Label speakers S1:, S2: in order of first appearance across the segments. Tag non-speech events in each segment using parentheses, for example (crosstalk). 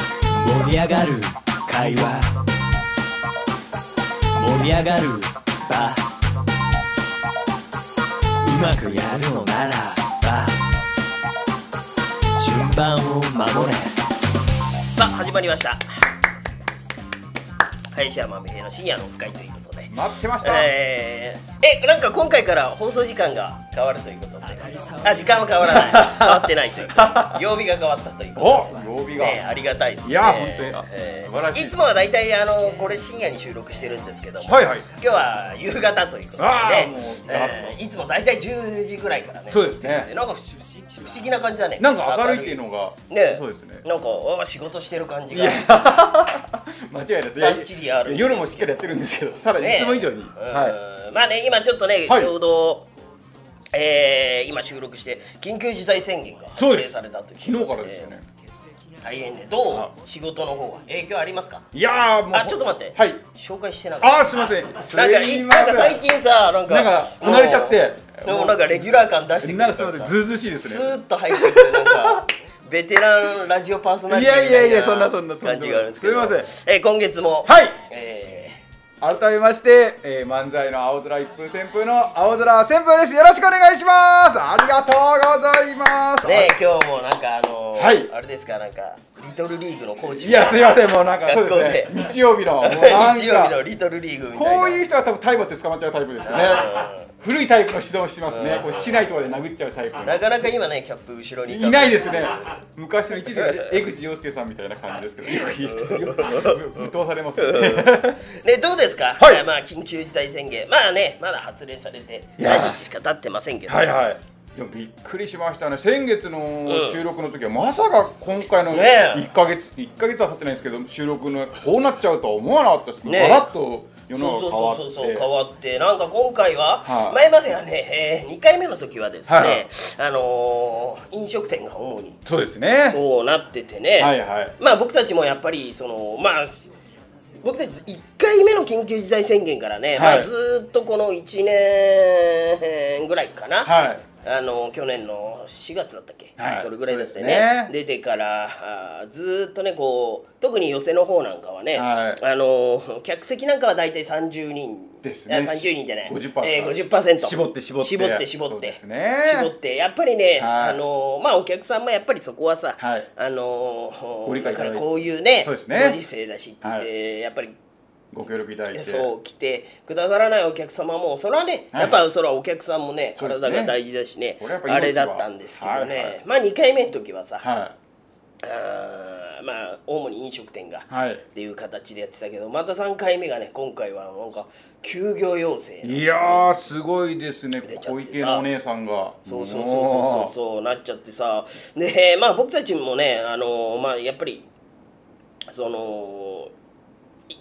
S1: 盛り上がる会話盛り上がる場うまくやるのならば順番を守れ
S2: さあ始まりました林山美平の深夜のオフ会ということで
S3: 待ってました、
S2: えー、えなんか今回から放送時間が変わるということであ時間は変わら
S3: (laughs)
S2: ない変わってないということで曜日が変わったということです
S3: お曜日が
S2: ねありがたいですね
S3: いや本当に
S2: えー
S3: 素晴らしい
S2: いつもは大体あのこれ深夜に収録してるんですけども、
S3: はいはい
S2: 今日は夕方ということで
S3: あーもう
S2: ね、えーいつも大体10時ぐらいからね
S3: そうですね
S2: なんか不思不思議な感じだね
S3: なんか明るいっていうのが、
S2: ね
S3: そうですね
S2: なんかあ仕事してる感じ
S3: い
S2: が
S3: や (laughs) 間違いないですいや
S2: ばっちりある
S3: 夜もしっかりやってるんですけどただいつも以上に、
S2: うん
S3: は
S2: まあね今ちょっとね、
S3: はい
S2: ちょうど、えー今収録して緊急事態宣言が発
S3: そうで
S2: 令
S3: す
S2: されたという
S3: い、
S2: こと
S3: 昨日からですよね、
S2: 大変でどう仕事の方は影響ありますか
S3: いやーもう
S2: あちょっと待って、
S3: はい
S2: 紹介してなかった
S3: あーすいません
S2: なんかいなんか最近さなんか
S3: なんかこなれちゃって
S2: うんでもなんかレギュラー感出して
S3: なんかすみませんず
S2: ず
S3: うずうしいです
S2: ず
S3: ね
S2: ーっと入ってくるなん
S3: (laughs)
S2: かベテランラジオパーソナリティみた
S3: いやいやいやそんなそんな
S2: 感じがあるんですけど
S3: すいません
S2: えー今月も
S3: はい
S2: え
S3: 改めまして、えー漫才の青空一風旋風の青空旋風ですよろしくお願いしますありがとうございます
S2: ーね今日もなんかあのー
S3: はい
S2: あれですかなんかリトルリーグのコーチ
S3: いやすいませんもうなんかそう
S2: 学校
S3: で
S2: です
S3: ね日曜日のもう
S2: (laughs)
S3: なんか
S2: 日曜日のリトルリーグみたいな
S3: こういう人は多分体罰で捕まっちゃうタイプです
S2: う
S3: ね
S2: ん
S3: 古いタイプの指導をしてます
S2: う
S3: ね
S2: ん
S3: こう市内とかで殴っちゃうタイプ
S2: なかなか今ねキャップ後ろに
S3: いない
S2: で
S3: ですね昔の一時の江口洋介さんみたいな感じですけどよくよ
S2: (laughs)
S3: くよくぶっ通されますよね
S2: ねどうですか、
S3: はい
S2: やまあ緊急事態宣言まあねまだ発令されて
S3: いや
S2: 何日しか経ってませんけど
S3: はいはい。いやびっくりしましたね。先月の収録の時は、まさか今回の
S2: ねえ
S3: 一ヶ月一ヶ月は経ってないんですけど収録のこうなっちゃうとは思わなかったです。
S2: ね
S3: ガラッと世
S2: そ
S3: の
S2: うそう
S3: 中
S2: そうそう
S3: 変
S2: 変
S3: わって。
S2: わってなんか今回は、
S3: はい
S2: 前まではね、え2回目の時はですね、
S3: はい
S2: あのー飲食店が主に
S3: そうですね。
S2: そうなっててね、
S3: はいはい。
S2: まあ僕たちもやっぱりそのまあ僕たち1回目の緊急事態宣言からね、
S3: はい
S2: まあ、ずーっとこの1年ぐらいかな、
S3: はい。
S2: あの去年の4月だったっけ、
S3: はい
S2: それぐらいだったよ
S3: そうです
S2: ね
S3: ね
S2: 出てからあーずーっとねこう特に寄席の方なんかはね、
S3: はい
S2: あのー客席なんかは大体30人
S3: ですね
S2: いや30人じゃない
S3: 50%
S2: えー、50%
S3: 絞って絞って
S2: 絞って絞
S3: そ
S2: っ
S3: うで
S2: て
S3: すね
S2: 絞ってやっぱりね、
S3: はい
S2: あのーまあお客さんもやっぱりそこはさ、
S3: はい
S2: あのー
S3: ご理解いただいて
S2: だからこういうね
S3: そうですね
S2: ご時世だしって言って、やっぱり
S3: ご協力いただいて。
S2: そう来てくださらないお客様もそれはね、
S3: はい
S2: やっぱそれはお客さんもね
S3: そうです
S2: 体
S3: ね
S2: が大事だしね
S3: これやっぱ命は
S2: あれだったんですけどね、
S3: はいはい
S2: まあ2回目の時はさ、
S3: は
S2: あーまあ主に飲食店が、
S3: いはい
S2: っ。ていう形でやってたけどまた3回目がね今回はなんか休業要請
S3: いやーすごいですね
S2: 出ちゃって。さ
S3: 小池のお姉さんが。
S2: そうそうそうそうそうなっちゃってさでまあ僕たちもねあのまあやっぱりその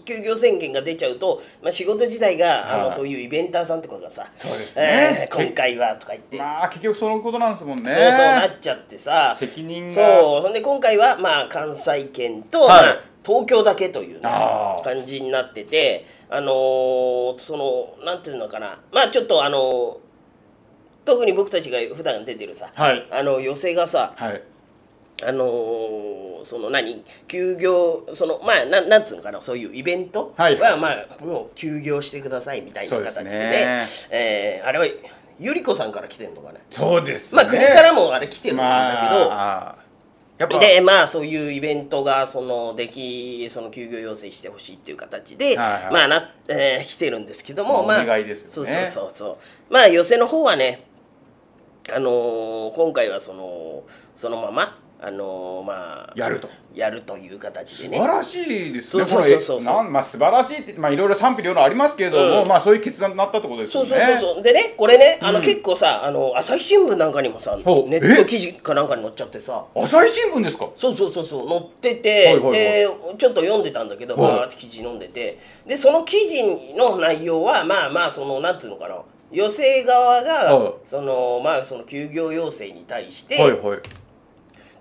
S2: 休業宣言が出ちゃうと、まあ、仕事自体が、あの
S3: はい
S2: そういうイベンターさんとかがさ「
S3: そうです
S2: え
S3: ね
S2: ー今回は」とか言って、
S3: まあ結局そのことなんですもんね。
S2: そうそうなっちゃってさ
S3: 責任が
S2: そうほんで今回はまあ関西圏と、
S3: はい
S2: まあ東京だけというね
S3: あー
S2: 感じになっててあのーそのなんていうのかなまあちょっとあのー特に僕たちが普段出てるさ、
S3: はい
S2: あの寄席がさ
S3: はい。
S2: あのーその何休業そのまあなんなんつうのかなそういうイベントは、
S3: はい
S2: まあもう休業してくださいみたいな
S3: そ
S2: 形で
S3: うです
S2: ね
S3: ね
S2: えーあれはゆり子さんから来てんのかね
S3: そうですね。
S2: まあ国からもあれ来てるんだけど、
S3: まあ、やっぱ
S2: でまあそういうイベントがそのできその休業要請してほしいっていう形で、
S3: はいはい
S2: まあな、えー来てるんですけども
S3: お
S2: まあ
S3: 願いですよね
S2: そうそうそうそうまあ寄せの方はねあのー今回はそのそのままあのーまあ
S3: やると。
S2: やるという形で
S3: 素
S2: ね
S3: 晴らしいですね。
S2: そうそうそうそう
S3: このえなんまあ素晴らしいってまあいろいろ賛否両論ありますけれども、
S2: うん
S3: まあそういう決断になったってことです
S2: そ
S3: よ
S2: う
S3: ね。
S2: そうそうそうでねこれねあの、
S3: うん
S2: 結構さあの朝日新聞なんかにもさネ
S3: そう
S2: ット
S3: え
S2: 記事かなんかに載っちゃってさ
S3: 朝日新聞ですか。
S2: そうそうそうそう載ってて、
S3: はいはいはい
S2: でちょっと読んでたんだけど
S3: はい
S2: バーって記事読んでてでその記事の内容はまあまあそのなんていうのかな予生側が、
S3: はい
S2: そのまあその休業要請に対して、
S3: はいはい。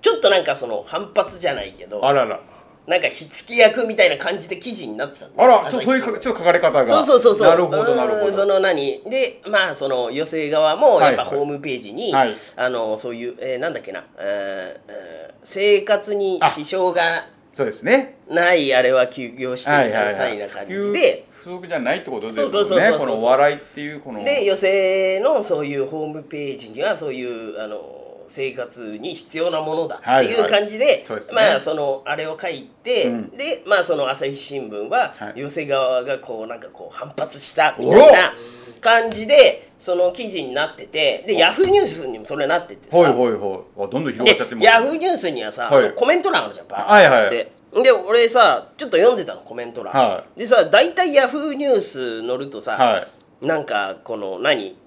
S2: ちょっとなんかその反発じゃないけど
S3: あらら。
S2: なんか火付け役みたいな感じで記事になってたの
S3: あら、ち
S2: 朝
S3: ょ
S2: 日
S3: そういう
S2: 新
S3: か
S2: 聞
S3: ちょっと書かれ方が。
S2: そうそうそうそう
S3: なるほどなるほ
S2: うんそ
S3: ど。
S2: の何でまあその寄せ側もや
S3: は
S2: っ
S3: い
S2: ぱホームページに、
S3: はい
S2: あのそういう、えーなんだっけな、えーえー生活に支障が
S3: そうですね。
S2: ないあれは休業して
S3: はい
S2: み
S3: はい
S2: た
S3: はい
S2: なさいな感じで、
S3: 不足じゃないってことです
S2: そうそ
S3: よ
S2: うそう
S3: ね。
S2: そう
S3: このお笑いっていうこの。
S2: で寄席のそういうホームページにはそういうあの生活に必要なものだってい
S3: は
S2: う
S3: いはい
S2: 感じで
S3: そうですね
S2: まあそのあれを書いて、
S3: うん
S2: でまあその朝日新聞は
S3: はい
S2: 寄席側がこうなんかこう反発したみたいな感じでその記事になっててでヤフーニュースにもそれなっててさ、
S3: はいはいはい。あどんどん広がっちゃって
S2: で
S3: ます。
S2: ヤフーニュースにはさ、
S3: はい
S2: コメント欄あるじゃんバ
S3: はい
S2: ー
S3: は
S2: っつ
S3: い
S2: って、で俺さちょっと読んでたのコメント欄、
S3: は
S2: でさ大体ヤフーニュース載るとさ、
S3: はい。
S2: なんかこの何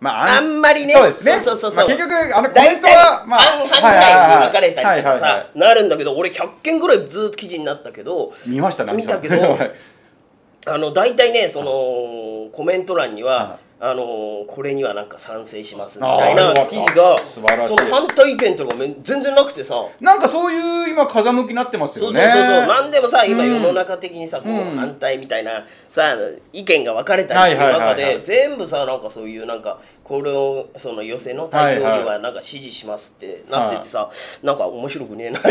S3: ま
S2: あ
S3: ん
S2: んまりね
S3: そうですね。
S2: そうそうそう
S3: まあ結局あのコメ
S2: 大
S3: ント
S2: 体
S3: はまあ
S2: 半々ぐらいに分かれたりと
S3: は
S2: か
S3: いはいは
S2: さなるんだけど俺100件ぐらいずっと記事になったけど
S3: い見ましたね。
S2: 見たけど
S3: (laughs) はい
S2: あの大体ねそのコメント欄に
S3: は
S2: はいあのこれにはなんか賛成しますみたいな
S3: あー
S2: 記事が
S3: 素晴らしい
S2: その反対意見とかめ全然なくてさ
S3: なんかそういう今風向きになってます
S2: そ
S3: よ
S2: うそうそうそう
S3: ね。
S2: なんでもさ今
S3: うん
S2: 世の中的にさこ
S3: う
S2: うん反対みたいなさ意見が分かれたりする
S3: はいはい
S2: 中
S3: はいはい
S2: で全部さなんかそういうなんかこれをその寄せの対応にはなんか支持しますってなっててさなんか面白くねえなもう (laughs)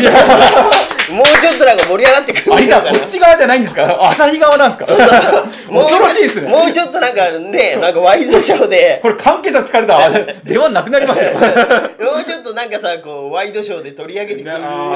S2: ちょっとなんか盛り上がってくる
S3: あ、いざ
S2: の
S3: こ
S2: かな
S3: っち側じゃないんですか朝日側なんですか (laughs) 恐ろしいですね。
S2: もうちょっとなんかねなんかワイドショーで
S3: これ関係者聞かれ
S2: (laughs)
S3: たら、電話なくなりますよ。
S2: もうちょっとなんかさこうワイドショーで取り上げてくれるようなさ
S3: あ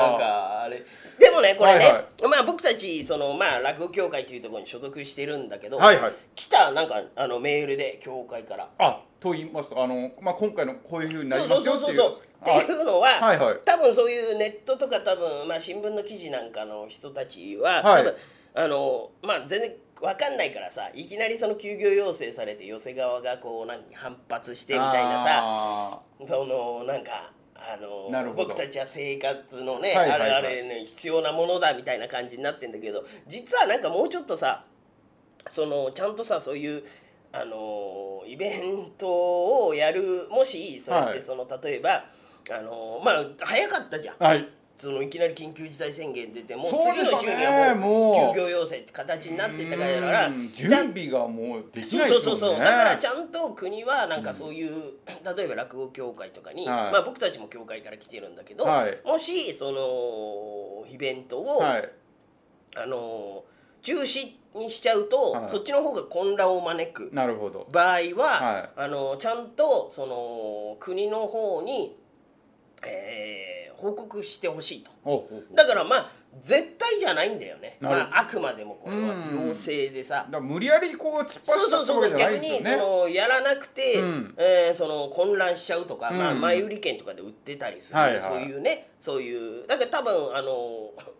S3: ー
S2: なんかあれでもねこれね、
S3: はい
S2: まあ僕たちそのまあ落語協会というところに所属してるんだけど、
S3: (laughs) はいはい。
S2: 来たなんかあのメールで協会から
S3: あ、と言いますと、あの、まあ、今回のこういうふうにな
S2: そ
S3: り
S2: う
S3: ま
S2: そうそ
S3: すよ
S2: う
S3: っ
S2: そう
S3: てい
S2: そう
S3: う。
S2: っていうのは、
S3: はいはい
S2: 多分そういうネットとか多分、まあ、新聞の記事なんかの人たちは、
S3: は
S2: 多
S3: い
S2: 分あのまあ全然わかんないからさいきなりその休業要請されて寄せ側がこう何反発してみたいなさ
S3: さ。
S2: そのなんかあの
S3: なるほど
S2: 僕たちは生活のね、
S3: はいはいはい
S2: あれあれね必要なものだみたいな感じになってんだけど実はなんかもうちょっとさそのちゃんとさそういうあのイベントをやるもしそうやっ
S3: は
S2: て
S3: い
S2: その、例えばあのまあ早かったじゃん
S3: はい。
S2: そのいきなり緊急事態宣言出てもう
S3: そう
S2: 次
S3: で
S2: の
S3: した
S2: 週にはも
S3: ね。
S2: う
S3: もう。
S2: 休業要請って形になってたからだから
S3: うん準
S2: ちゃん
S3: 備がもうでき
S2: そ
S3: な
S2: う
S3: いで
S2: そう
S3: す
S2: そ
S3: も
S2: うんそう
S3: ね。
S2: だからちゃんと国はなんかそういう、 (clears throat) 例えば落語協会とかに、
S3: はい
S2: まあ、僕たちも協会から来てるんだけど、
S3: はい
S2: もしそのイベントを、
S3: はい。
S2: あの中止にしちゃうと、
S3: はい
S2: そっちの方が混乱を招く
S3: なるほど。
S2: 場合は
S3: は、
S2: あのちゃんとその国の方に、えー報告してほしいと。
S3: おおお
S2: だからまあ絶対じゃないんだよね、
S3: なる
S2: まあ、あくまでもこれは
S3: うん
S2: 要請でさ、
S3: だから無理やりこう突っ
S2: そう
S3: 走
S2: そうそう
S3: ったわ
S2: そ
S3: け
S2: う、
S3: じゃな
S2: 逆
S3: いんですよ
S2: にそ
S3: ね。
S2: のやらなくて、
S3: うん
S2: えーその混乱しちゃうとか、まあ、
S3: うん
S2: 前売り券とかで売ってたりする、
S3: はいはい
S2: そういうねそういうだから多分あの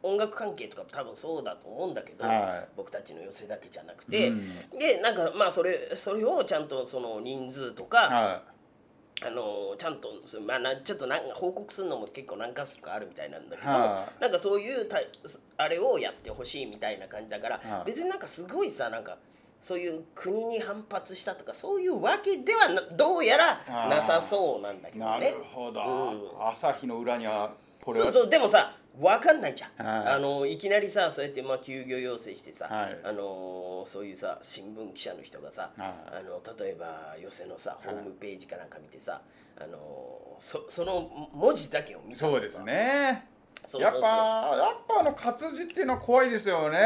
S2: 音楽関係とか多分そうだと思うんだけど、
S3: は
S2: 僕たちの寄せだけじゃなくて、
S3: うん
S2: でなんかまあそれそれをちゃんとその人数とか、
S3: は
S2: あのちゃんと、そまあ、なちょっとなんか報告するのも結構何か所かあるみたいなんだけど、
S3: はい
S2: なんかそういうたあれをやってほしいみたいな感じだから、
S3: はい
S2: 別になんかすごいさなんかそういう国に反発したとかそういうわけではなどうやらなさそうなんだけ
S3: い。
S2: ど
S3: な
S2: ね
S3: る。ほど
S2: う。
S3: 朝日の裏にはこれ
S2: そう
S3: は
S2: そうでもさ分かんないじゃん、
S3: はい
S2: あのいきなりさそうやってまあ休業要請してさ、
S3: はい
S2: あのーそういうさ新聞記者の人がさ、
S3: はい
S2: あの例えば寄せのさホ
S3: はい
S2: ームページかなんか見てさ、あのーそその文字だけを見た
S3: そうですね。
S2: そうそ
S3: や
S2: う
S3: っ
S2: そ
S3: ぱ
S2: う
S3: やっぱあの活字っていうのは怖いですよね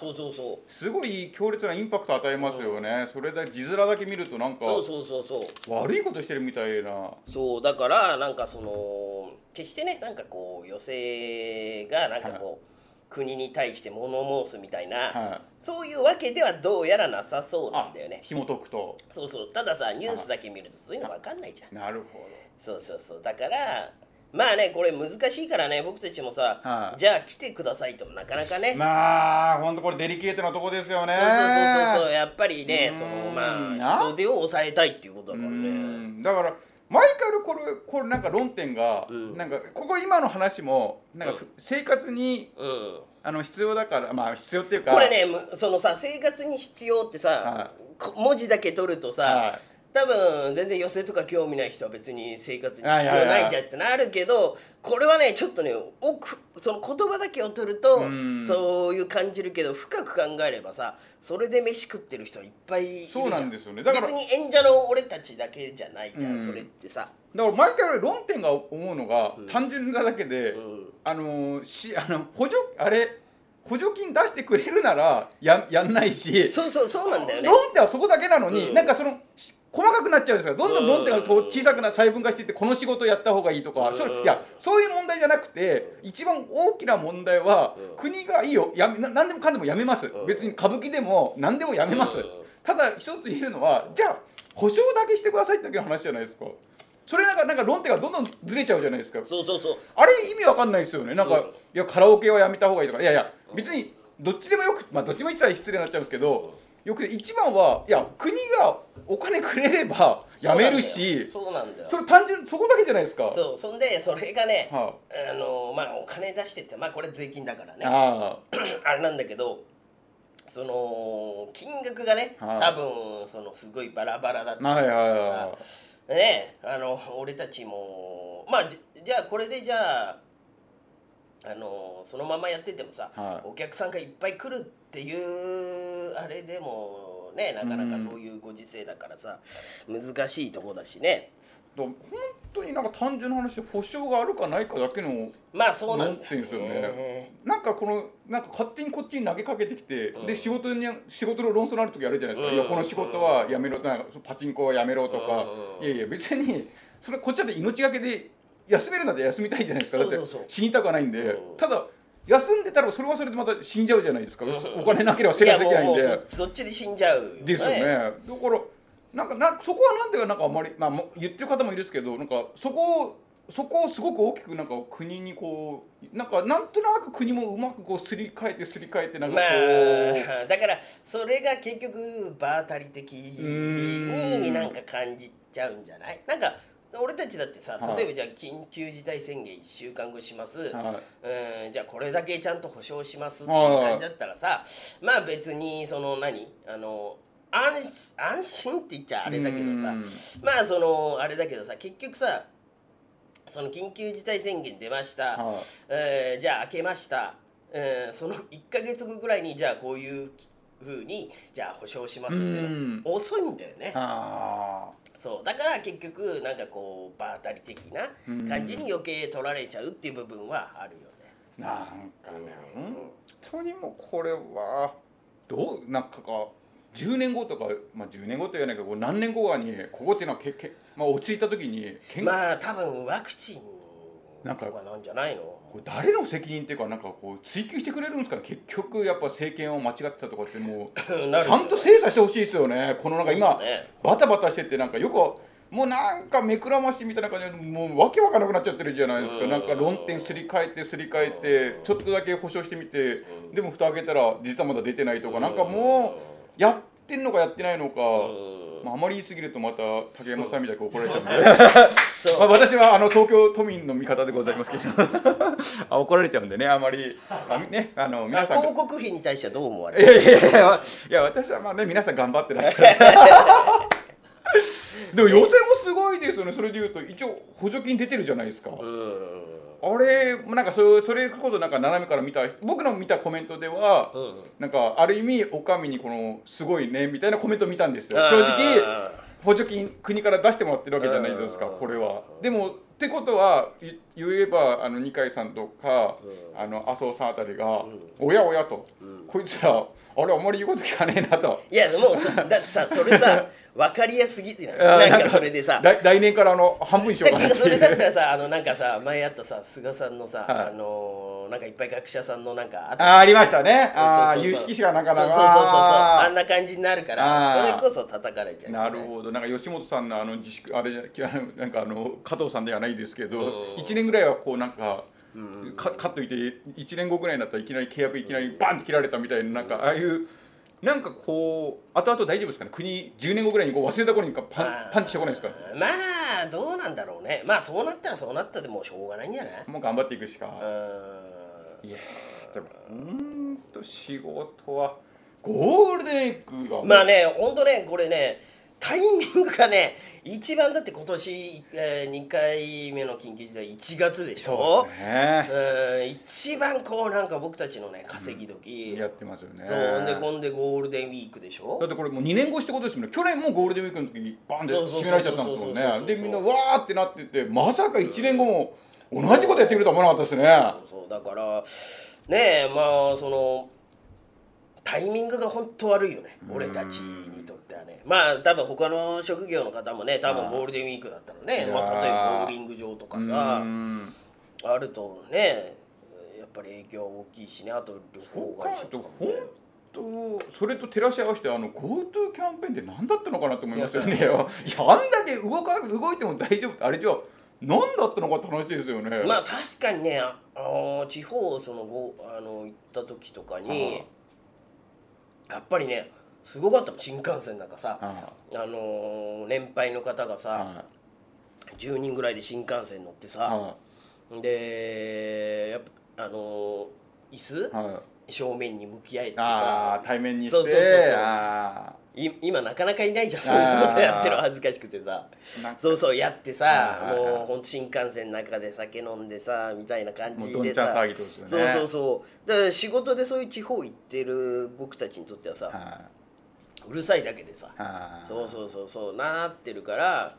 S2: そうそうそう
S3: すごい強烈なインパクト与えますよねそれで字面だけ見るとなんか
S2: そうそうそうそう
S3: 悪いことしてるみたいな
S2: そうだからなんかその決してねなんかこう寄せがなんかこう、国に対して物申すみたいな、
S3: はい
S2: そういうわけではどうやらなさそうなんだよね
S3: 紐解くと
S2: そうそうたださニュースだけ見るとそういうの分かんないじゃん
S3: なるほ
S2: そうそうそうだからまあねこれ難しいからね僕たちもさ、
S3: はい
S2: じゃあ来てくださいとなかなかね、
S3: どまあほんとこれデリケートなとこですよね
S2: そうそうそうそうやっぱりね
S3: うーん
S2: そのま
S3: な
S2: あ人手を抑えたいっていうことだから
S3: う
S2: ね
S3: んだから毎回これこれなんか論点が、
S2: うん
S3: なんかここ今の話もなんかふ、
S2: う
S3: 生活に
S2: うん
S3: あの必要だからまあ必要っていうか
S2: これねむそのさ生活に必要ってさ、
S3: は
S2: こ文字だけ取るとさ、
S3: はい
S2: 多分全然寄席とか興味ない人は別に生活に必要
S3: はいはい
S2: な
S3: はい
S2: いじゃんってなるけどこれはねちょっとね奥その言葉だけを取ると
S3: うん
S2: そういう感じるけど深く考えればさそれで飯食ってる人はいっぱいいるじゃ
S3: そうなんですよねだから
S2: 別に演者の俺たちだけじゃないじゃん、
S3: うん
S2: それってさ、
S3: だから毎回論点が思うのが、
S2: うん
S3: 単純なだけで、
S2: うん
S3: あのーしあの補助あれ補助金出してくれるならややんない
S2: (laughs)
S3: し
S2: そうそうそうなんだよね
S3: 論点はそこだけなのに、
S2: うん
S3: なんかそのし細かくなっちゃうんですよどんどん論点がと
S2: うん
S3: 小さくな細分化していってこの仕事やった方がいいとか、
S2: うん
S3: それいやそういう問題じゃなくて一番大きな問題は、
S2: うん
S3: 国がいいよやめな何でもかんでもやめます、
S2: うん
S3: 別に歌舞伎でも何でもやめます、
S2: うん
S3: ただ一つ言えるのはじゃあ保証だけしてくださいってだけの話じゃないですかそれなんかなんか論点がどんどんずれちゃうじゃないですか
S2: そうそうそう
S3: あれ意味わかんないですよねなんか、
S2: うん
S3: いやカラオケはやめた方がいいとかいやいや別にどっちでもよくまあどっちも言ってたら失礼になっちゃうんですけどよく一番はいや国がお金くれればやめるしそ
S2: そうなんだよ
S3: れ単純そこだけじゃないですか
S2: そうそんでそれがね、
S3: は
S2: あのまあお金出してってまあこれ税金だから
S3: い
S2: ね
S3: ああ
S2: (clears throat) あれなんだけどその金額がね、
S3: はい
S2: 多分そのすごいバラバラだったり
S3: はいはいはいは
S2: さねあの俺たちもまあじじゃあこれでじゃああのそのままやっててもさ、
S3: はい
S2: お客さんがいっぱい来るっていうあれでもねなかなかそういうご時世だからさ、難しいとこだしね
S3: だから本当になんか単純な話で保証があるかないかだけの
S2: まあそうなんだ
S3: なんていうんですよ
S2: ね
S3: なんかこのなんか勝手にこっちに投げかけてきて、
S2: うん
S3: で仕事に仕事の論争のある時あるじゃないです
S2: う
S3: か、
S2: ん
S3: いやこの仕事はやめろなんかパチンコはやめろとか、
S2: うん
S3: いやいや別にそれこっちだって命がけで休めるなら休みたいじゃないですかだって
S2: そうそうそう
S3: 死にたくはないんで、
S2: うん
S3: ただ休んでたらそれはそれでまた死んじゃうじゃないですか、
S2: うん
S3: お金なければ生活できないん
S2: い
S3: で
S2: やもうもうそそっちで死んじゃうよね
S3: ですよね、だからなんかなそこはなんでなんかあんまり、まあ、もう言ってる方もいるんですけどなんかそこをそこをすごく大きくなんか国にこうなんかなんとなく国もうまくこうすり替えてすり替えてなんか
S2: ま
S3: こう、
S2: あだからそれが結局場当たり的
S3: ー
S2: に
S3: ん
S2: なんか感じちゃうんじゃないなんか俺たちだってさ
S3: はい
S2: 例えばじゃあ緊急事態宣言1週間後します、
S3: はい
S2: うんじゃあこれだけちゃんと保証しますって
S3: はい
S2: いう感じだったらさまあ別にその何あの安心安心って言っちゃあれだけどさ
S3: うん
S2: まあそのあれだけどさ結局さその緊急事態宣言出ました、
S3: はい
S2: えーじゃあ開けました、えーその1か月後ぐらいにじゃあこういうふうにじゃあ保証しますっていうの
S3: うん
S2: 遅いんだよね
S3: あ
S2: そうだから結局なんかこう場当たり的な
S3: うん
S2: 感じに余計取られちゃうっていう部分はあるよね。
S3: ーなんかね
S2: うん
S3: 本当にもうこれはどうなんかか10年後とか、まあ、10年後と言わないけどこう何年後かにここっていうのはけけ、まあ、落ち着いた時に健
S2: まあ多分ワクチン
S3: なんか
S2: とかなんじゃないの
S3: これ誰の責任っていうかなんかこう追及してくれるんですかね結局やっぱ政権を間違ってたとかってもう
S2: (laughs) なる
S3: ちゃんと精査してほしいですよねこのなんか今
S2: ね
S3: バタバタしててなんかよくもうなんか目くらましみたいな感じでもうわけわからなくなっちゃってるじゃないですか
S2: うん
S3: なんか論点すり替えてすり替えてちょっとだけ保証してみて
S2: うん
S3: でも蓋開けたら実はまだ出てないとかなんかもうやってんのかやってないのか
S2: うん
S3: まああまり言い過ぎるとまた竹山さんみたいに怒られちゃうんで
S2: (laughs) そう
S3: まあ、私はあの東京都民の味方でございますけ
S2: (laughs)
S3: どあ怒られちゃうんでねあまり、まあね、あの皆さんが
S2: 広告費に対してはどう思われ
S3: い
S2: る
S3: やいやいやいやいや私はまあね皆さん頑張ってらっしゃる (laughs) でも予選もすごいですよねそれでいうと一応補助金出てるじゃないですか、
S2: うん
S3: あれもなんかそうそれこそなんか斜めから見た僕の見たコメントでは、
S2: うん
S3: なんかある意味お上にこのすごいねみたいなコメント見たんですよ
S2: あ
S3: 正直
S2: ー
S3: 補助金国から出してもらってるわけじゃないですか
S2: うん
S3: これはでもってことはい言えばあの二階さんとか
S2: うん
S3: あの麻生さんあたりが
S2: ん
S3: 「おやおや」と
S2: うん
S3: 「こいつらあれあんまり言うこと聞かねえな」と。
S2: いやもうそだってさそれ
S3: (laughs)
S2: さ分かりやすぎてない
S3: あ
S2: (laughs)
S3: ー
S2: なんかそれでさだ
S3: (laughs) 来来年からあの半分にしようかな
S2: け
S3: って
S2: ど
S3: いう
S2: それ (laughs) だったらさあのなんかさ前あったさ菅さんのさ、
S3: はい
S2: あのーなんかいっぱい学者さんのなんかあっ
S3: あ
S2: た
S3: ーありましたねああ
S2: そうそうそう
S3: 有識者がなかなか
S2: そうそうそうそうあ
S3: あ
S2: ん
S3: ー
S2: な感じになるから
S3: あ
S2: そ
S3: ー
S2: れこそ叩かれちゃう、
S3: なるほどなんか吉本さんのあの自粛あれ (laughs) じゃあのなんかあの加藤さんではないですけど
S2: うん
S3: 一年ぐらいはこうなんか
S2: うん
S3: かかといて1年後ぐらいになったらいきなり契約いきなりバンって切られたみたいななんかああいうなんかこう後々大丈夫ですかね国10年後ぐらいにこう忘れた頃にかパンパンチしてこないですか
S2: あーまあどうなんだろうねまあそうなったらそうなったでもうしょうがないんじゃない
S3: もう頑張っていくし
S2: う
S3: か
S2: ーん
S3: いやーでもほんと仕事はゴールデンウィークが
S2: まあね、本当ね、これね、タイミングがね一番だって今年、え2回目の緊急事態1月でし
S3: そ
S2: ょ
S3: うですね
S2: うん一番こうなんか僕たちのね稼ぎ時、
S3: やってますよね
S2: そうで今んでゴールデンウィークでしょ
S3: だってこれもう2年越しってことですもんね去年もゴールデンウィークの時にバンで
S2: そうそうそう
S3: 閉められちゃったんですもん
S2: そうそうそう
S3: ね
S2: そう
S3: でみんなわーってなっててまさか1年後も同じことやってくるとは思わなかったですね
S2: そうそうだからねえまあそのタイミングが本当悪いよね
S3: うん
S2: 俺たちにとってはねまあ多分他の職業の方もね多分ゴールデンウィークだったらね
S3: いやー
S2: まあ、例えばボーリング場とか
S3: う
S2: さ
S3: ん
S2: あるとねやっぱり影響大きいしねあと旅行会社とかもね
S3: とそれと照らし合わせてあの GoTo キャンペーンって何だったのかなって思いま
S2: (laughs)
S3: すよねいやあんだけ動か動いても大丈夫ってあれじゃあ何だったのかって話ですよね
S2: まあ確かにねああの地方そのごあの行った時とかにやっぱりねすごかったもん新幹線なんかさ
S3: あ
S2: あのー年配の方が
S3: あ
S2: さ、10人ぐらいで新幹線乗ってさ、
S3: は
S2: でやっぱあのー椅
S3: いはい
S2: 子正面に向き合えて
S3: あ
S2: さ
S3: あ対面にして
S2: そうそうそうそう
S3: あ
S2: い今なかなかいないじゃんそういうことやってるの恥ずかしくてさ
S3: あなんか
S2: そうそうやってさ
S3: はいはいはい
S2: もうほんと新幹線の中で酒飲んでさみたいな感
S3: もう
S2: じ
S3: どん
S2: で
S3: ちゃん
S2: さ
S3: 騒ぎってことです
S2: そ
S3: よ
S2: う
S3: ね
S2: そうそうだから仕事でそういう地方行ってる僕たちにとってはさ、
S3: は
S2: うるさいだけでさ
S3: いはい
S2: そうそうそうそうなってるから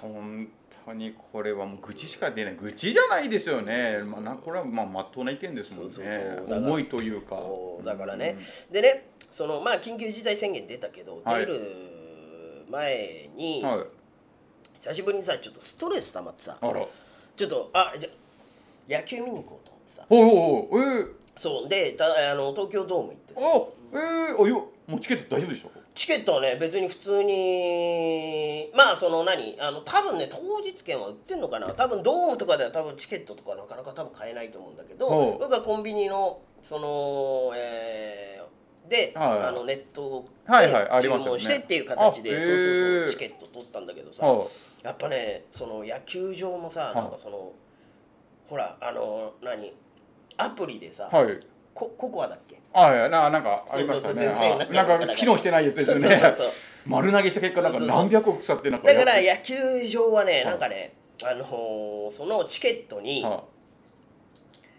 S3: 本当にこれはもう愚痴しか出ない愚痴じゃないですよね、まあ、なこれはまあまっとうな意見ですもんね
S2: そうそうそうだから
S3: 思いというか
S2: そうだからねでねそのまあ緊急事態宣言出たけど、
S3: はい
S2: 出る前
S3: う
S2: に、
S3: んはい
S2: 久しぶりにさちょっとストレス溜まってさ
S3: あら
S2: ちょっとあじゃ野球見に行こうと思ってさ
S3: おうおうおうえー
S2: そうでたあの東京ドーム行ってさ
S3: あえー、あいやもうチケット大丈夫でしょ
S2: チケットはね別に普通にまあその何あの多分ね当日券は売ってんのかな多分ドームとかでは多分チケットとかなかなか多分買えないと思うんだけ
S3: ほ
S2: ど
S3: う
S2: 僕はコンビニのそのえーで、
S3: はいはい
S2: あのネット
S3: はいはいあ
S2: で
S3: り
S2: 注
S3: ますよね
S2: 文してっていう形で、
S3: あ
S2: そうそう
S3: へ
S2: そ
S3: ー
S2: うチケット取ったんだけどさ、
S3: は
S2: やっぱねその野球場もさ
S3: い
S2: なんかその、ほらあの何アプリでさ、
S3: いはい
S2: こココアだっけ
S3: あいななんかありまし
S2: そうそうそ
S3: たね
S2: う全然
S3: あなんか機能してないやつですよね
S2: そうそうそう
S3: (laughs) 丸投げした結果なんか
S2: そうそうそう
S3: 何百億使ってなんか
S2: だから
S3: や
S2: 野球場はね、
S3: い
S2: なんかね、あのーそのチケットに
S3: は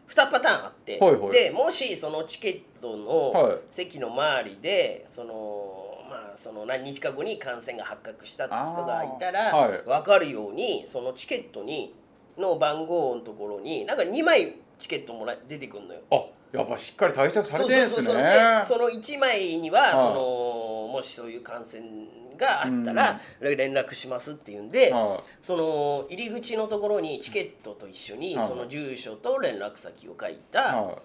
S2: 2パターンあって、
S3: はいはい
S2: でもしそのチケット
S3: い
S2: の
S3: はい
S2: 席の周りで、そのまあ、その何日か後に感染が発覚したって人がいたら、
S3: あーはい
S2: 分かるように、そのチケットにの番号のところに、なんか2枚チケットもら出てくるのよ。
S3: あやっぱしっかり対策され
S2: そう
S3: てる
S2: そう
S3: ん
S2: そ
S3: で
S2: う
S3: す
S2: そう
S3: ね
S2: でその1枚には
S3: はい
S2: そのもしそういう感染があったら連絡しますっていうんで、
S3: は
S2: その入り口のところにチケットと一緒に
S3: はい
S2: その住所と連絡先を書い
S3: い
S2: た
S3: は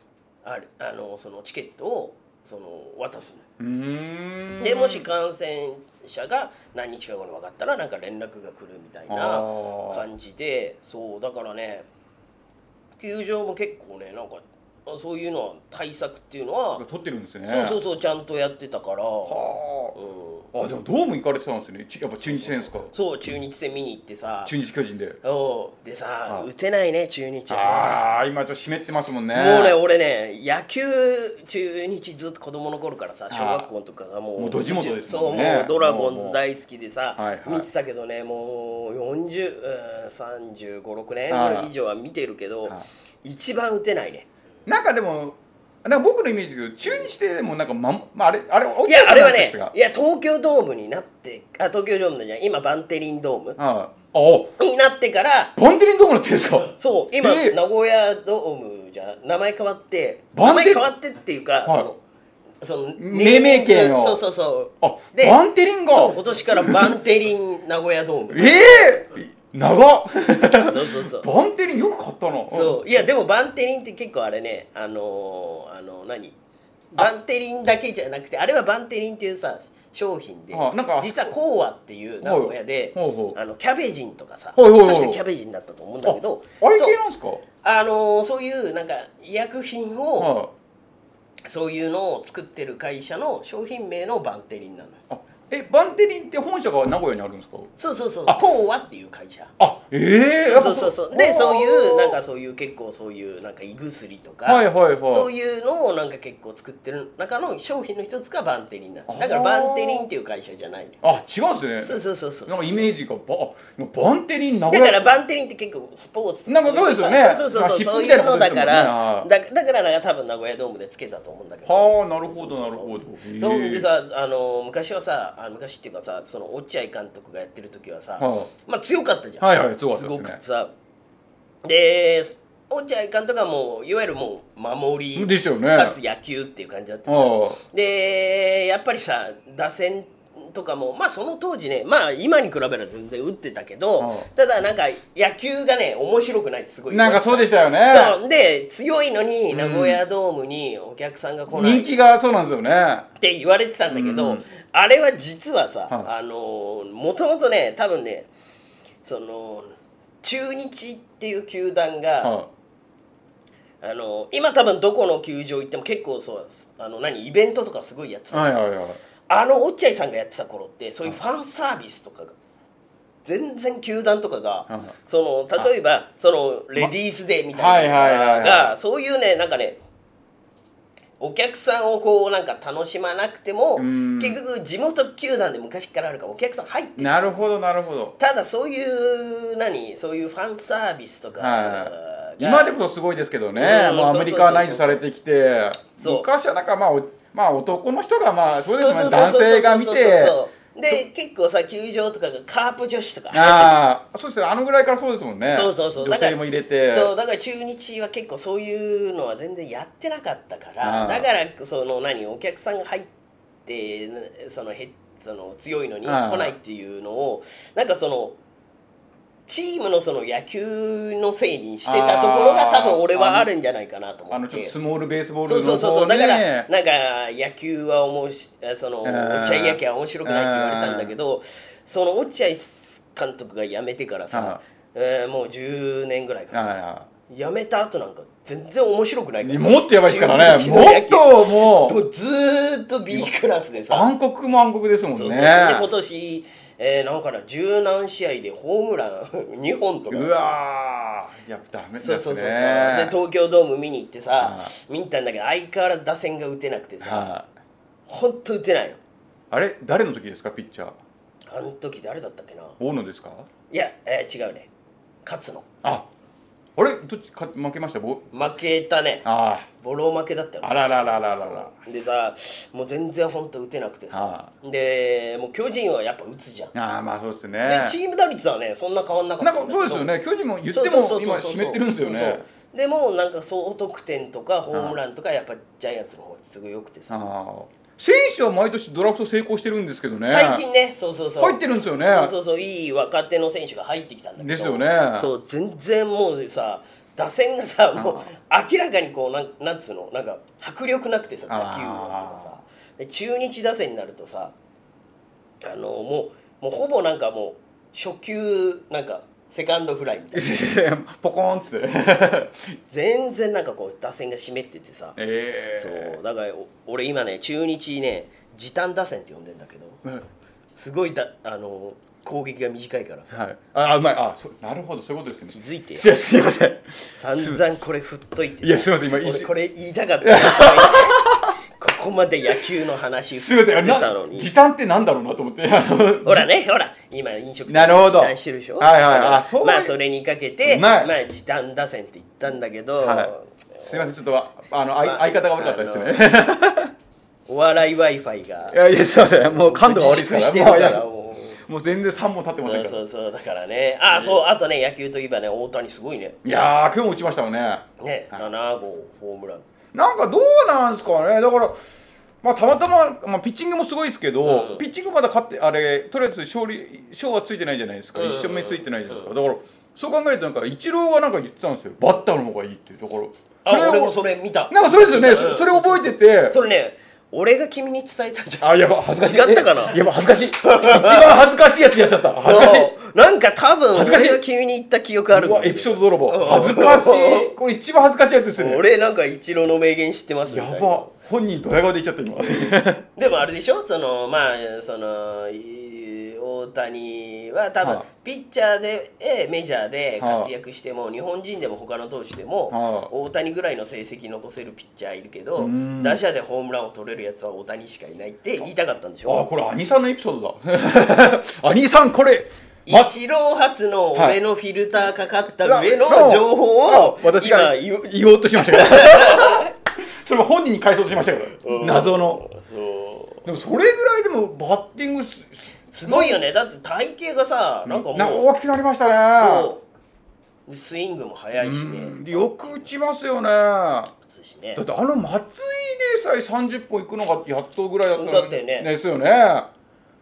S2: あるあのそのチケットをその渡す
S3: いうー
S2: の
S3: ん
S2: でもし感染者が何日か後に分かったらなんか連絡が来るみたいな
S3: あー
S2: 感じでそうだからね球場も結構ねなんかそういうのは対策っていうのは
S3: 取ってるんですね
S2: そうそうそうちゃんとやってたから、
S3: は
S2: う
S3: ああでもドーム行かれてたんですねちやっぱ中日戦ですか
S2: ん、そう中日戦見に行ってさ
S3: 中日巨人で
S2: おうでさ
S3: はい
S2: 打てないね中日は
S3: ああ今ちょっと湿ってますもんね
S2: ねもうね俺ね野球中日ずっと子供の頃からさ小学校の時からさもう
S3: もうど地元ですもんね
S2: そうもうドラゴンズ大好きでさ
S3: もうもうはいはい
S2: 見てたけどねもう403536年ぐらい以上は見てるけど
S3: は
S2: 一番打てないね
S3: いなんかでもなんか僕のイメージですけど中日でもなんかまんまああれあれ
S2: いやあれは
S3: 落ち
S2: ね
S3: てたん
S2: い
S3: です
S2: や東京ドームになってあ東京ドームじゃない今バンテリンドーム
S3: がはい
S2: になってから
S3: あバンテリンドームの手ですか
S2: そう今、
S3: えー
S2: 名古屋ドームじゃ名前変わって
S3: バ
S2: 名
S3: ン
S2: 前
S3: テ
S2: 変わってっていうか、
S3: はい
S2: そのその
S3: 命名権を
S2: そうそうそう
S3: あ
S2: で
S3: バンテリンが
S2: そう今年からバンテリン名古屋ドーム
S3: ええ
S2: (laughs)
S3: 長っ
S2: そうそうそう
S3: バンテリンよく買ったな
S2: そういやでもバンテリンって結構あれねあのーあの何バンテリンだけじゃなくてあれはバンテリンっていうさ商品で
S3: あなんかあ
S2: 実はコーアっていう名古屋で
S3: ほうほう
S2: あのキャベジンとかさ
S3: はいはいはい
S2: 確かキャベジンだったと思うんだけど
S3: あれ
S2: そう
S3: 系なんですか
S2: あのーそういうなんか医薬品を、
S3: はい
S2: そういうのを作ってる会社の商品名のバンテリンなのよ
S3: あえバンテリンって本社が名古屋にあるんですか
S2: そうそうそう
S3: あ
S2: 東和っていう会社
S3: あええー、や
S2: (laughs)
S3: っ
S2: そ
S3: ぱ
S2: うそうそうでそういうなんか
S3: そ
S2: そういう結構そういうなんか胃薬とか、
S3: はいはいはい
S2: そういうのをなんか結構作ってる中の商品の一つがバンテリンなんだ
S3: あー
S2: だからバンテリンっていう会社じゃないのよ
S3: あ違うんです
S2: そ
S3: ね
S2: うそうそうそう
S3: なんかイメージがバあバンテリン名古
S2: だ
S3: 屋
S2: からバンテリンって結構スポーツと
S3: なんかそうですよね
S2: そうそうそうそう
S3: まあ
S2: そう
S3: 湿布み
S2: い
S3: たいうな
S2: の
S3: ことで
S2: だ
S3: すもんね
S2: からだだからなんか多分名古屋ドームでつけたと思うんだけど
S3: はあなるほどなる
S2: ど
S3: ほどへえ
S2: そうでさあの昔はさあ昔っていうかさその落合監督がやってる時はさ、
S3: は
S2: まあ強かったじゃん、
S3: はいはい強かった
S2: す
S3: で
S2: ご
S3: すね
S2: くさで落合監督はもういわゆるもう守
S3: い
S2: り、
S3: ですよね
S2: かつ野球っていう感じだったじゃん
S3: は
S2: でやっぱりさ打線とかもまあその当時ねまあ今に比べれば全然打ってたけ
S3: ああ
S2: どただなんか野球がね面白くないってすご
S3: あ
S2: い
S3: なんかそうでしたよね
S2: そうで強いのに
S3: うん
S2: 名古屋ドームにお客さんが来ない
S3: 人
S2: っ
S3: 気がそうなんですよね
S2: て言われてたんだけど、
S3: うん
S2: あれは実はさ、
S3: は
S2: あのもともとね多分ねその中日っていう球団が、
S3: は
S2: あの今多分どこの球場行っても結構そうですあの何イベントとかすごいやって
S3: い
S2: たじゃん
S3: はいはいはい
S2: あの落合さんがやってた頃ってそういうファンサービスとかが全然球団とかが
S3: はい
S2: その例えばそのレディースデーみたい
S3: はいはい
S2: な
S3: は
S2: の
S3: いは
S2: がそういうねなんかねお客さんをこうなんか楽しまなくても
S3: うん
S2: 結局地元球団で昔からあるからお客さん入って
S3: なるほどなるほど
S2: ただそういう何そういうファンサービスとかが
S3: は今でこそすごいですけどね、
S2: うん
S3: もうアメリカは内緒されてきて
S2: そう
S3: 昔はなんかまあおまあ男の人がまあそうです
S2: そ
S3: ね
S2: うそう
S3: 男
S2: そうそう
S3: 性が見て
S2: そうで結構さ球場とかがカープ女子とか入ってて
S3: ああそうですねあのぐらいからそうですもんね
S2: そうそうそう
S3: 女
S2: だか
S3: 性
S2: ら
S3: も入れて
S2: そうだから中日は結構そういうのは全然やってなかったから
S3: ああ
S2: だからその何お客さんが入ってそのへその強いのに
S3: ああ
S2: 来ないっていうのをなんかそのチームのその野球のせいにしてたところが
S3: ああ
S2: 多分俺はあるんじゃないかなと
S3: あ
S2: 思
S3: の
S2: っ
S3: ちょってと。スモールベースボー
S2: そう
S3: ル
S2: そ
S3: の
S2: うそうそ
S3: 方
S2: うだから
S3: ね
S2: なんか野球はおもしえそのお
S3: うん
S2: 茶い野球は面白くないって言われたんだけどその落合監督が辞めてからさ
S3: は
S2: えーもう10年ぐらい
S3: い
S2: かな
S3: は
S2: 辞めた後なんか全然面白くない
S3: い
S2: か
S3: は
S2: ら
S3: いもっとやばいですからね
S2: 中
S3: も
S2: 日の
S3: っと
S2: 野球も
S3: もう
S2: うずーっと B クラスでさ
S3: 暗黒も暗黒ですも
S2: そ
S3: ん
S2: うそう
S3: ね
S2: で今年えーなんかな十何試合でホームラン2本とか
S3: うわーいやダメです
S2: そ
S3: ね
S2: うそうそうそうで東京ドーム見に行ってさ
S3: ああ
S2: 見に行ったんだけど相変わらず打線が打てなくてさ
S3: はい
S2: 本当打てないの
S3: あれ誰の時ですかピッチャー
S2: あの時誰だったっけな
S3: 大野ですか
S2: いや、えー違うね勝つの
S3: ああれどっちか負けましたぼ
S2: 負けたね
S3: あ
S2: ボロ負けだったよ
S3: ああらららららら
S2: そうでさもう全然本当打てなくてさ
S3: あ
S2: でもう巨人はやっぱ打つじゃん
S3: ああまあそうですね
S2: でチーム打率はねそんな変わんなかっ
S3: な
S2: た
S3: んかそうですよね巨人も言って
S2: そうそ
S3: も
S2: うそ
S3: 今
S2: うそう
S3: 湿ってるんですよ
S2: そう
S3: ね
S2: そうでもなんか総得点とかホームランとかやっぱジャイアンツの方がすごい良くてさ
S3: ああ選手は毎年ドラフト成功してるんですけどね
S2: 最近ねそうそうそう
S3: 入ってるんですよね
S2: そうそうそういい若手の選手が入ってきたんだけど
S3: ですよね
S2: そう全然もうさ打線がさ
S3: あー
S2: もう明らかにこうなんなんつうのなんか迫力なくてさ打球音とかさで中日打線になるとさあのもうもうほぼなんかもう初球なんかセカンドフライみたいな
S3: ポコーンっ
S2: (laughs)
S3: つって
S2: 全然なんかこう打線が湿っててさ
S3: え
S2: そうだからお俺今ね中日ね時短打線って呼んでんだけど
S3: え
S2: すごいだあの攻撃が短いからさ
S3: はいああうまいあそうなるほどそういうことです
S2: 気
S3: ね
S2: づいてよ
S3: いやすいません
S2: 散々これ振っといて
S3: いやすいません今一
S2: 俺
S3: 瞬
S2: これ言いたかった (laughs) ここまで野球の話
S3: すいません
S2: 出
S3: あれ
S2: たのに
S3: 時短ってなんだろうなと思ってあの
S2: ほらねほら今飲食
S3: なるほど
S2: 時短してるでしょ
S3: はいはい
S2: だから
S3: あそう
S2: まあそれにかけて
S3: う
S2: ま
S3: ま
S2: あ
S3: い
S2: 時短打線って言ったんだけど、
S3: はいすいませんちょっとああの
S2: まあ
S3: 相相方が悪かったですね
S2: お笑い w i f i が
S3: (laughs) いやいやすいませんもう感度が悪いですか
S2: 自粛し
S3: ら
S2: てるから
S3: もう
S2: もう
S3: いやもう全然3本立ってませ
S2: そ
S3: ん
S2: う
S3: か
S2: そ
S3: ら
S2: うそうだからねあそうあとね野球といえばね大谷すごいね
S3: いやー今日も打ちましたよね
S2: ね
S3: はい
S2: 7号ホームラン
S3: なんかどうなんですかね、だから、まあ、たまたま、まあ、ピッチングもすごいですけど、
S2: うん
S3: ピッチングまだ勝って、あれ、とりあえず勝利、勝はついてないじゃないですか、
S2: うん
S3: 一勝目ついてないじゃないです
S2: う
S3: か、だから、そう考えると、なんか、イチローがなんか言ってたんですよ、バッターの方がいいっていうところ、
S2: あ
S3: それ
S2: 俺も
S3: を、
S2: それ見た
S3: なんかそれですよね、そそれ覚えてて、
S2: それね俺が君に伝えたんじゃん
S3: あやば恥ずかしい
S2: 違ったかな
S3: えやば恥ずかしい一番恥ずかしいやつやっちゃった恥ずかし
S2: (laughs)
S3: い
S2: そうなんか多分
S3: 恥ずかしい
S2: 俺が君に言った記憶あるん
S3: う
S2: だよ
S3: わエピソード泥棒
S2: うん
S3: 恥ずかしいこれ一番恥ずかしいやつです
S2: (laughs)
S3: ね
S2: 俺なんか一郎の名言知ってますみ
S3: や
S2: たいな
S3: ば本人ドヤ顔で言っちゃった今
S2: でもあれでしょそのまあそのい大谷は多分
S3: はい
S2: ピッチャーで、えメジャーで
S3: はい
S2: 活躍しても日本人でも他の投手でも
S3: あ
S2: 大谷ぐらいの成績残せるピッチャーいるけ
S3: う
S2: ど
S3: ん
S2: 打者でホームランを取れるやつは大谷しかいないって言いたかったんでし (laughs)
S3: ああ
S2: ょ
S3: これ兄さんのエピソードだ (laughs) 兄さんこれ、ま、
S2: 一郎発の俺のフィルターかかった上
S3: は
S2: の
S3: い
S2: 情報を
S3: 私
S2: 今
S3: が
S2: 言う
S3: 言おうとしました
S2: (laughs)
S3: けどそれは本人に返そうとしましたけど謎の
S2: そう
S3: でもそれぐらいでもバッティングす
S2: すごいよねだって体型がさなんかもう
S3: 大きくなりましたね
S2: そうスイングも速いし
S3: うん
S2: ね
S3: よく打ちますよねだ
S2: 打つしね
S3: ってあの松井でさえ30本いくのがやっとぐらいだったのに
S2: だってね
S3: ですよね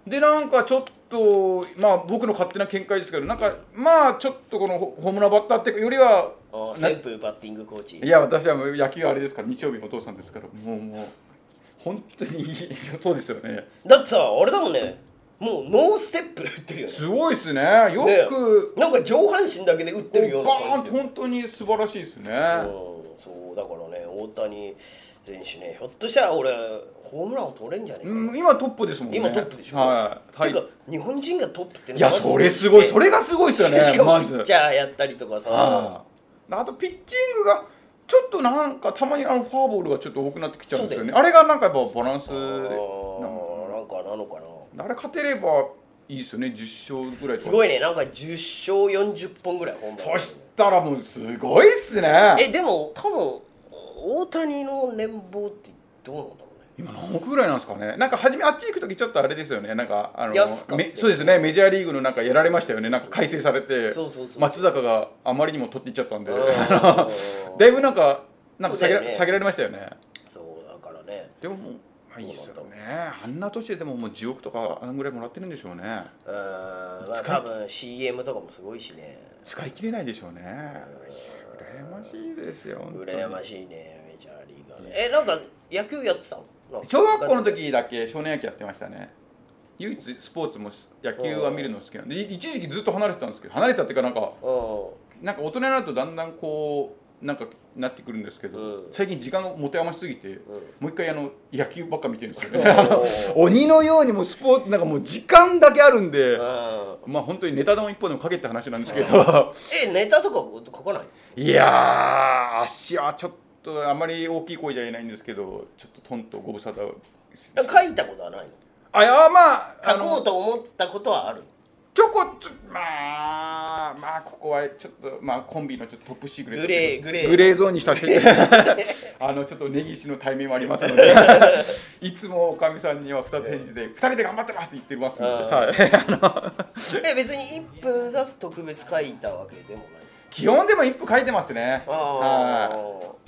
S3: でなんかちょっとまあ僕の勝手な見解ですけどなんかまあちょっとこのホホームランバッターっていうよりは
S2: あー旋風バッティングコーチ
S3: いや私はもう野球はあれですから日曜日のお父さんですからもうもう本当に (laughs) そうですよね
S2: だってさあれだもんねもうノーステップで打ってるよね
S3: すごいですねよく、
S2: なんか上半身だけで打ってるよう
S3: バ
S2: な
S3: ーン
S2: 感
S3: って
S2: じ
S3: 本当に素晴らしいですね、
S2: うんそうだからね大谷選手ねひょっとしたら俺ホームランを取れんじゃねえかな、
S3: うん今トップですもんね
S2: 今トップでしょ
S3: はい
S2: ていうか日本人がトップって
S3: いや、それすごい、それがすごい
S2: で
S3: ですよね、
S2: しかも
S3: ま
S2: ピ
S3: ず
S2: ッ。チャーやったりとかさ、
S3: ああと、ピッチングが、ちょっとなんか、たまにあのフォアボールがちょっと多くなってきちゃうんですよね。あれがなんかやっぱバランス、
S2: あーなんかなのかな
S3: あれ勝てればいいですよね、10勝ぐらいとか。
S2: すごいねなんか10勝40本ぐらいホームラン
S3: そしたらもう、すごいっすね。
S2: えでも多分大谷の年俸ってどうなんだろうね
S3: 今何億ぐらいなんですかねなんか初めあっち行く時ちょっとあれですよねなんかあ
S2: 安かった
S3: のめそうですねメジャーリーグのなんかやられましたよねなんか改正されて
S2: そうそうそう
S3: 松坂があまりにも取っていっちゃったんで
S2: うん
S3: あ (laughs) の (laughs) だいぶなんかなんか下げ
S2: そうだよ
S3: ら
S2: ね
S3: 下げられましたよね
S2: そうだからね
S3: でももう、まあ、いいですよ
S2: そうなん
S3: ねあんな年ででももう10億とかあんぐらいもらってるんでしょうね
S2: うーん、ま
S3: 使
S2: あ、多
S3: い
S2: 分 CM とかもすごいしね
S3: 使い切れないでしょうね羨ましいですよ
S2: 羨ま
S3: い
S2: しいねメジャーリーガーねえなんか野球やってたのなんか
S3: 小学校の時だけ少年野球やってましたね唯一スポーツも野球は見るの好きなんでい一時期ずっと離れてたんですけど離れたっていうかなんか
S2: う
S3: なんか大人になるとだんだんこうなんかなってくるんですけど、
S2: うん
S3: 最近時間が持て余しすぎて
S2: んうん
S3: もう一回あの野球ばっか見てるんですよねあの
S2: う
S3: (laughs) 鬼のようにもうスポーツなんかもう時間だけあるんで、
S2: ん
S3: まあ本当にネタの一本でもかけって話なんですけど、
S2: えネタとか書かない
S3: いやー、足はちょっとあまり大きい声じゃ言えないんですけど、ちょっとトンとご無沙汰を。
S2: なんか書いたことはないの
S3: あ、いやまあ、あ
S2: 書
S3: の
S2: こうと思ったことはある
S3: ちょこちょ、まあ、まあ、ここはちょっと、まあ、コンビのちょっとトップシークレット
S2: グレーグレー
S3: グレーゾーンにし
S2: (laughs)
S3: たして、あのちょっと根岸の対面もありますので、いつもおかみさんには二つ返事で、二人で頑張ってますって言ってますので、
S2: うん
S3: はい、
S2: え別に一風が特別書いたわけでもない
S3: (laughs) 基本でも一歩書いてますね。
S2: あ
S3: はい
S2: あ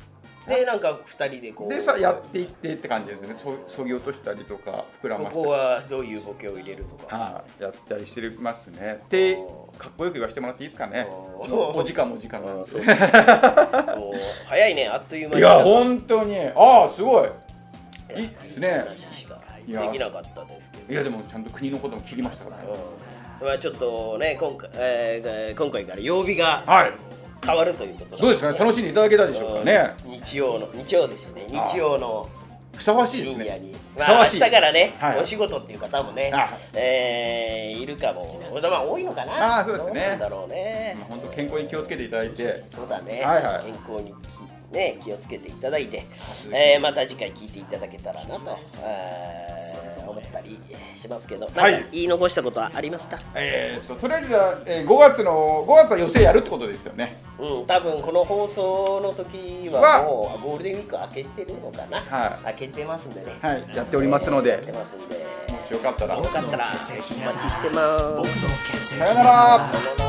S2: でなんか二人でこう
S3: でさやっていってって感じですねそそぎ落としたりとか膨ら
S2: こ
S3: まして
S2: こはどういうボケを入れるとか
S3: はいやったりしてますねってかっこよく言わせてもらっていいですかね
S2: おー
S3: お時間もお時間なんで
S2: そうもう早いねあっという間
S3: い
S2: に
S3: や本当にああすごい
S2: いや
S3: いね
S2: 話しか
S3: いや
S2: できなかったですけど
S3: いやでもちゃんと国のことも聞きましたから
S2: うんまあちょっとね今回,、えー今回から曜日が
S3: はい
S2: 変わるということ
S3: どうですかね楽
S2: し
S3: しんでいただけたでしょうかね
S2: 日曜の日曜ですね
S3: あー
S2: 日曜の
S3: ふさわしいです
S2: 深夜
S3: ね
S2: に、
S3: ふさ
S2: まあ、
S3: わ
S2: 明
S3: しい
S2: 日からね、
S3: はい
S2: お仕事っていう方もね
S3: あ、
S2: えーいるかも、まあ、多いのかな、
S3: あそうですね
S2: どなんだろうね、
S3: まあ本当健康に気をつけていただいて
S2: そうだね、
S3: はいはい
S2: 健康にきね気をつけていただいて、えーまた次回聞いていただけたらなと、えー思ったりしますけど、
S3: はい
S2: なんか言い残したことはありますか？
S3: えーっととりあえずじゃあえー5月の5月は予選やるってことですよね
S2: うん、多分この放送の時は
S3: は
S2: もうゴールデンウィーク明けてるのかな、
S3: は
S2: 明
S3: い
S2: けてますんでね、
S3: はいやっておりますの
S2: やっ
S3: で
S2: てますんで、
S3: もしよかったら
S2: よかったらお待ちしてます。
S1: 僕の血液
S3: さよなら
S2: さよなら